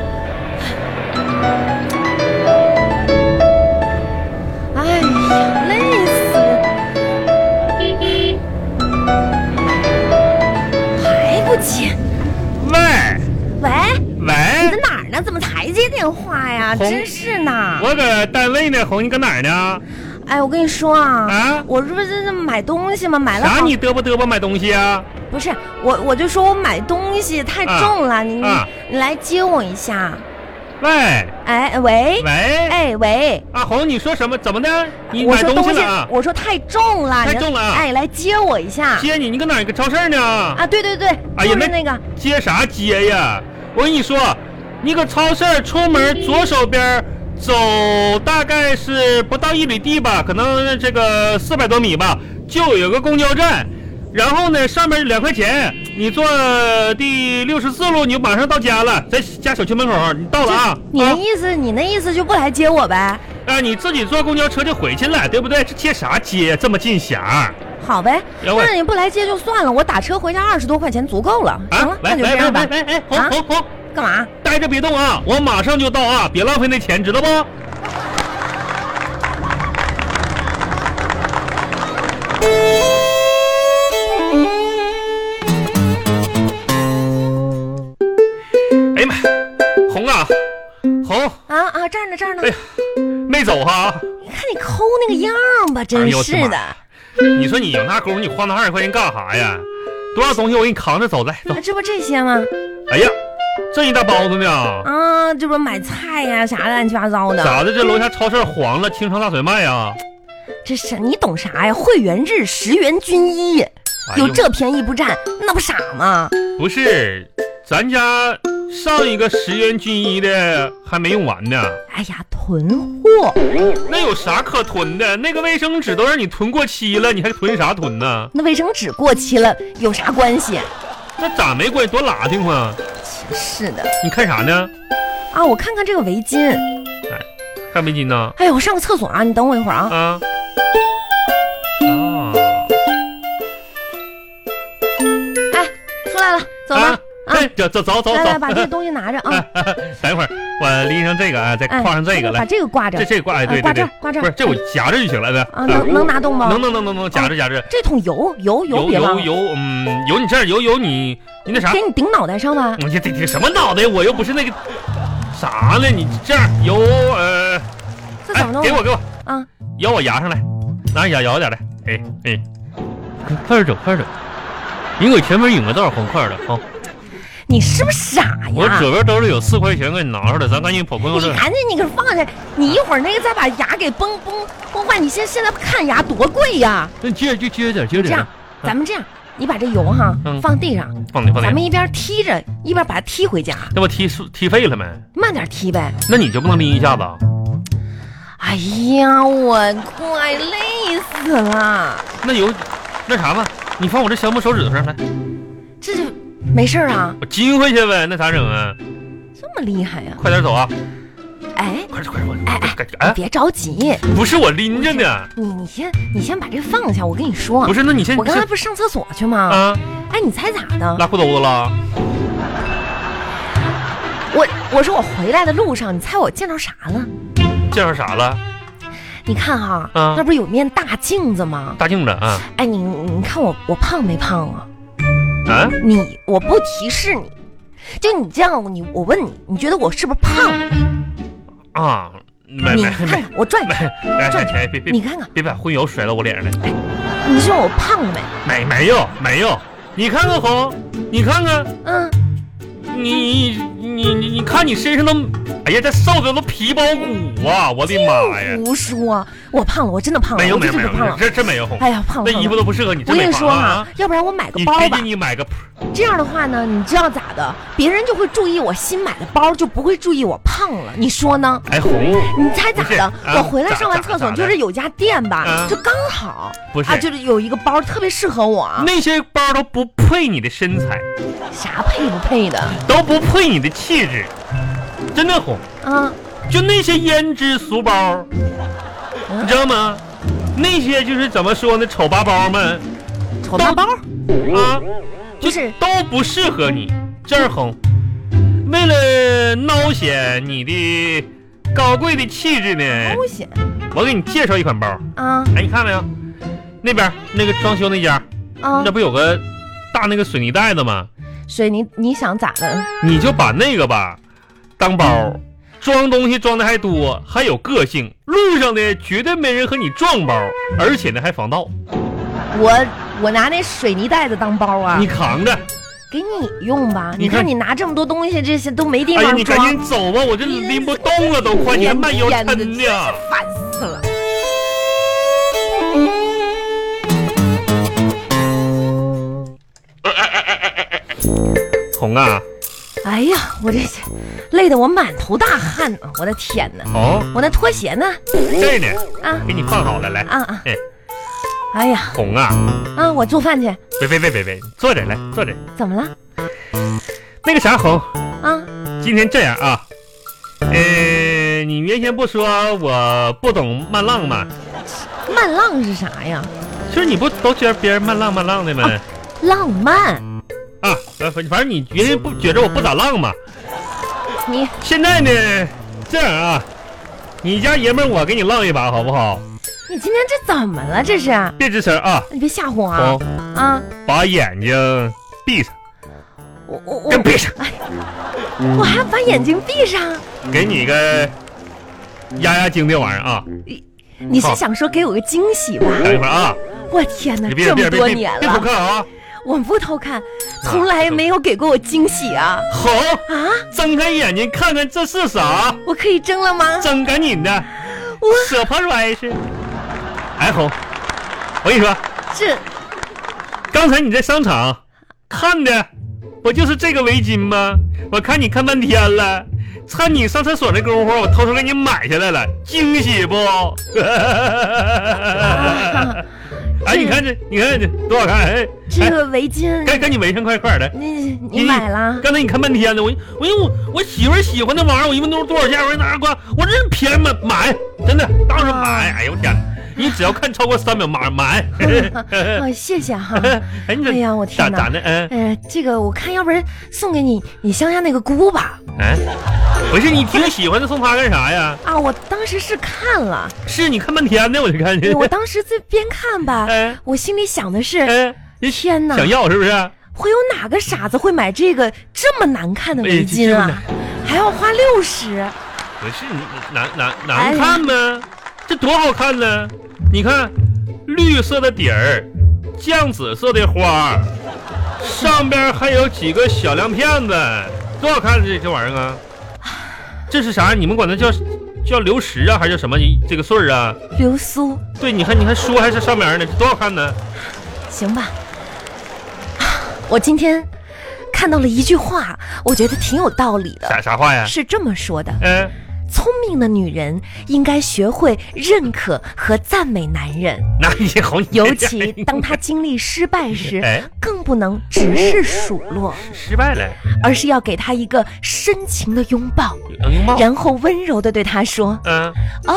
哎点话呀，红真是呢。我搁单位呢，红，你搁哪儿呢？哎，我跟你说啊，啊我这不是买东西吗？买了啥？好你嘚啵嘚啵买东西啊？不是我，我就说我买东西太重了，你你、啊你来接我一下。喂哎喂，喂，哎喂，啊红，你说什么？怎么的？你我买说东东西西了啊？我说太重了，太你重了啊哎，来接我一下。接你，你搁哪儿？搁超市呢？啊，对对对，哎就呀是那那个，接啥接呀？我跟你说，你搁超市出门左手边走大概是不到一里地吧，可能这个四百多米吧，就有个公交站。然后呢，上面两块钱，你坐第六十四路，你就马上到家了，在家小区门口，你到了啊。你啊的意思，你那意思就不来接我呗？啊，你自己坐公交车就回去了，对不对？这接啥接呀？这么近狭儿啊好呗，等会儿那你不来接就算了，我打车回家二十多块钱足够了。行啊了，，那来就来这来样吧。来来，哎，啊红红红，干嘛？待着别动啊，我马上就到啊，别浪费那钱，知道不？哎呀妈，红啊，红，啊啊，这儿呢，这儿呢哎。呀，没走啊哈、你看你抠那个样儿吧，真是的。哎你说你有那功夫，你花那二十块钱干啥呀？多少东西我给你扛着走，来走啊。这不这些吗？哎呀，这一大包子呢，啊，这不买菜呀、啥的乱七八糟的。咋的？这楼下超市黄了，清仓大甩卖啊呀？这是你懂啥呀？会员制十元军医，哎呦有这便宜不占，那不傻吗？不是，咱家上一个十元军医的还没用完呢，哎呀，囤货，那有啥可囤的？那个卫生纸都让你囤过期了，你还囤啥囤呢？那卫生纸过期了有啥关系？那咋没关系？多拉挺啊！是的你看啥呢？啊，我看看这个围巾。看围巾呢？哎呦，我上个厕所啊，你等我一会儿啊。啊啊！哎，出来了，走吧啊。啊，哎，走走走走来走来，，把这个东西拿着啊。等一会儿我拎上这个啊，再哎，挎上这个把来。这个挂着这。这挂哎，啊对挂对这对儿，挂这儿不是这我夹着就行了呗。啊，能能拿哦动吗？能能能能能夹着夹着，这桶油油油有别忘有了，有，嗯，有你这儿有有你你那啥，给你顶脑袋上吧。 我这这这什么脑袋？我又不是那个啥呢？你这样有呃，这哎怎么，弄给我给我啊？摇我牙上来，拿牙摇点来，哎哎，快点走快点走，你给我前面引个道，红快点好，你是不是傻呀？我左边兜里有四块钱，给你拿出来，咱赶紧跑公交你站。赶紧，你给放下！你一会儿那个再把牙给崩崩崩坏。你现现在看牙多贵呀！那接着就接着点，接着这样点，，咱们这样，你把这油哈嗯放地上，放点放咱点们，一边踢着，一边把它踢回家，那不踢是踢废了没？慢点踢呗。那你就不能拎一下子啊？哎呀，我快累死了！那有那啥吧，你放我这小拇手指头上来，这就没事儿啊，我金回去呗，那咋整啊？这么厉害呀、快点走啊！哎，快点快点，我哎哎赶紧哎，别着急，不是我拎着呢，你你先你先把这放下。我跟你说不，是，那你先哦我刚才先不是上厕所去吗？啊，哎，你猜咋的？拉裤兜子了，我我说我回来的路上，你猜我见着啥了？见着啥了？你看哈、啊那不是有面大镜子吗？大镜子啊哎，你你看我我胖没胖啊？啊！你我不提示你，就你这样，你我问你，你觉得我是不是胖？啊，没你没看没，看我转，来来来，别别你看看，别把荤油甩到我脸上来，你说我胖没？没没有没有，你看看红，你看看嗯，你你你你你看你身上都，哎呀，这瘦的都皮包骨啊！我的妈呀！胡说，我胖了，我真的胖了，没嗯有我没就有是没有胖，了。这这没有红，哎呀，胖了那胖衣服了。都不适合你。我跟真没你法说哈、啊，要不然我买个你包赶吧紧，你买个普，这样的话呢，你知道咋的？别人就会注意我新买的包，就不会注意我胖了。你说呢？哎红，你猜咋不是的啊？我回来上完厕咋所，咋咋的就是有家店吧啊，就刚好不是啊，就是有一个包特别适合我，啊那些包都不配你的身材，啥配不配的都不配你的气质，真的红。啊？就那些胭脂俗包，嗯你知道吗？那些就是怎么说呢，丑八包们丑八包啊，不是都不适合你。这儿红，为了凹显你的高贵的气质呢，保险我给你介绍一款包。啊哎，你看没有？那边那个装修那家，啊那！不有个大那个水泥袋子吗？所以你你想咋的？你就把那个吧当包，装东西装的还多，还有个性。路上呢，绝对没人和你撞包，而且呢还防盗。我我拿那水泥袋子当包啊你，扛着，给你用吧。你你看看你拿这么多东西，这些都没地哎呀，方你赶装紧，走吧，我这拎不动了都，快，你还慢腰天哪抻呢。烦死了。红啊，哎呀，我这累得我满头大汗呢，我的天哪！红，我那拖鞋呢？哦这儿呢，啊给你放好了，来，啊啊！哎，哎呀红啊，啊！我做饭去，别别别别别，坐着来，坐着。怎么了？那个啥，红，啊，今天这样啊，呃，你原先不说我不懂慢浪吗？慢浪是啥呀？就是你不都觉得别人慢浪慢浪的吗？浪漫，啊，呃反反正你原先不觉着我不咋浪嘛。你现在呢，这样啊，你家爷们儿我给你浪一把好不好？你今天这怎么了？这是？别吱声啊，你别吓唬我红、啊！啊，把眼睛闭上，我我真我闭上，我还把眼睛闭上。给你个压压惊这玩意儿啊！你是好想说给我个惊喜吧？等一会儿啊，我天哪，你别这别么别多别年别偷了，看啊！我不偷看，从来没有给过我惊喜啊！好，啊，睁开眼睛看看这是啥，我可以蒸了吗？真赶紧的我，surprise！哎红，我跟你说，这刚才你在商场看的不就是这个围巾吗？我看你看半天了，趁你上厕所的功夫，我偷偷给你买下来了，惊 喜不？哎，你看这，你看这多好看！哎，这个围巾，赶赶紧围上，快快的！你你买了？刚才你看半天了，我我我我媳妇儿喜欢那玩意儿，我一问都是多少钱，我说哪瓜，啊我这便宜买买，真的当啊然买。哎呦我天，你只要看超过三秒，买买。 哦，谢谢哈。哎，你这哎呀我天哪咋咋的？嗯呃，这个我看，要不然送给你你乡下那个姑吧。嗯，不是你挺喜欢的，送他干啥呀？啊，我当时是看了，哎是你看半天呢，我就看见。我当时在边看吧哎，我心里想的是，嗯，你天哪想要是不是？会有哪个傻子会买这个这么难看的围巾啊？还要花六十，不是你难难哎难看吗？这多好看呢！你看，绿色的底儿，酱紫色的花儿，上边还有几个小亮片子，多好看这这玩意儿啊！这是啥？你们管它叫叫流石啊，还是叫什么？这个穗儿啊？流苏，对，你看，你看书还是上面呢，这多好看呢！行吧？啊我今天看到了一句话，我觉得挺有道理的，啥啊啥话呀？是这么说的：嗯、聪明的女人应该学会认可和赞美男人。那你好，你尤 其当他经历失败时哎，更不能只是数落，失败了，而是要给他一个深情的拥抱，拥抱，然后温柔的对他说嗯：“哦，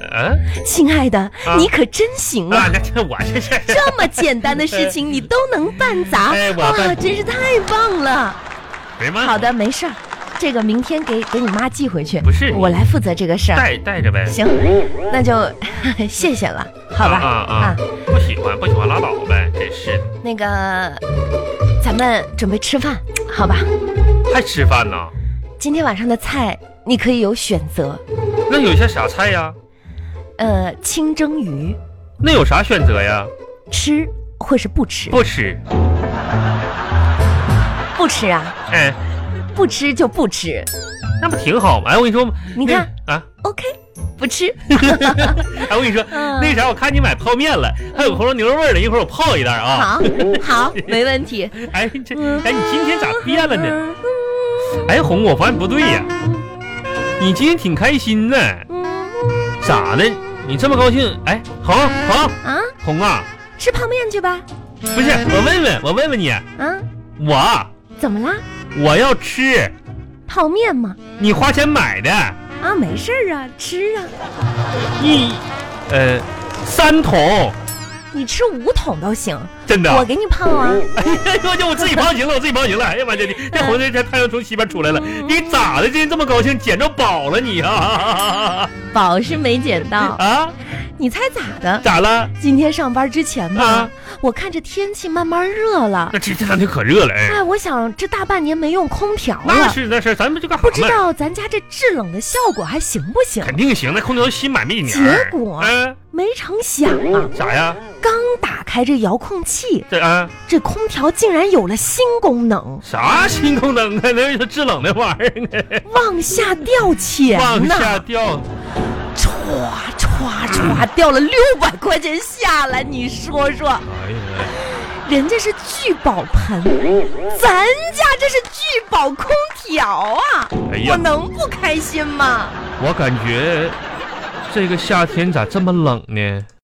嗯，亲爱的啊，你可真行那 啊！那这我这是这么简单的事情你都能办砸，哎我哇，办真是太棒了！没嘛，好的，没事儿，这个明天给给你妈寄回去，不是我来负责这个事儿。带带着呗，行，那就 谢谢了，好吧？嗯啊啊啊，不喜欢不喜欢拉倒呗，真是的，那个，咱们准备吃饭，好吧？还吃饭呢？今天晚上的菜你可以有选择，那有些啥菜呀？呃，清蒸鱼那有啥选择呀？吃或是不吃？不吃，不吃啊，哎，不吃就不吃。那不挺好吗？哎，我跟你说，你那看啊， OK，不吃。哎，我跟你说，嗯那啥，我看你买泡面了，还有红烧牛肉味儿的，一会儿我泡一袋啊。好，好，没问 题。哎，这哎，你今天咋变了呢？哎，红，我发现不对呀，你今天挺开心呢。咋的？你这么高兴？哎，红红啊，红啊，吃泡面去吧。不是，我问问，我问问你，啊，我怎么啦？我要吃泡面嘛。你花钱买的，啊，没事儿啊，吃啊。一呃三桶，你吃五桶都行，真的。我给你泡啊。 哎呀，我就我自己放行了，我自己放行了。哎呀妈呀，这嗯这红这这太阳从西边出来了，你咋的？今天这么高兴，捡着宝了你啊？ 宝是没捡到，啊，你猜咋的？咋了？今天上班之前吧，啊我看着天气慢慢热了那，这这两天可热了哎。哎，我想这大半年没用空调那了，是那是，咱们这干哎不知行呢？道咱家这制冷的效果还行不行？肯定行，那空调都新买没几年儿。结果嗯，没成想啊，咋呀？刚打开这遥控器，这啊，这空调竟然有了新功 能，啥新功能啊？那是制冷的玩意儿呢，往下掉钱往呐，下掉。歘歘歘掉了六百块钱下来，你说说，哎呀，人家是聚宝盆，咱家这是聚宝空调啊，哎呀我能不开心吗？我感觉这个夏天咋这么冷呢？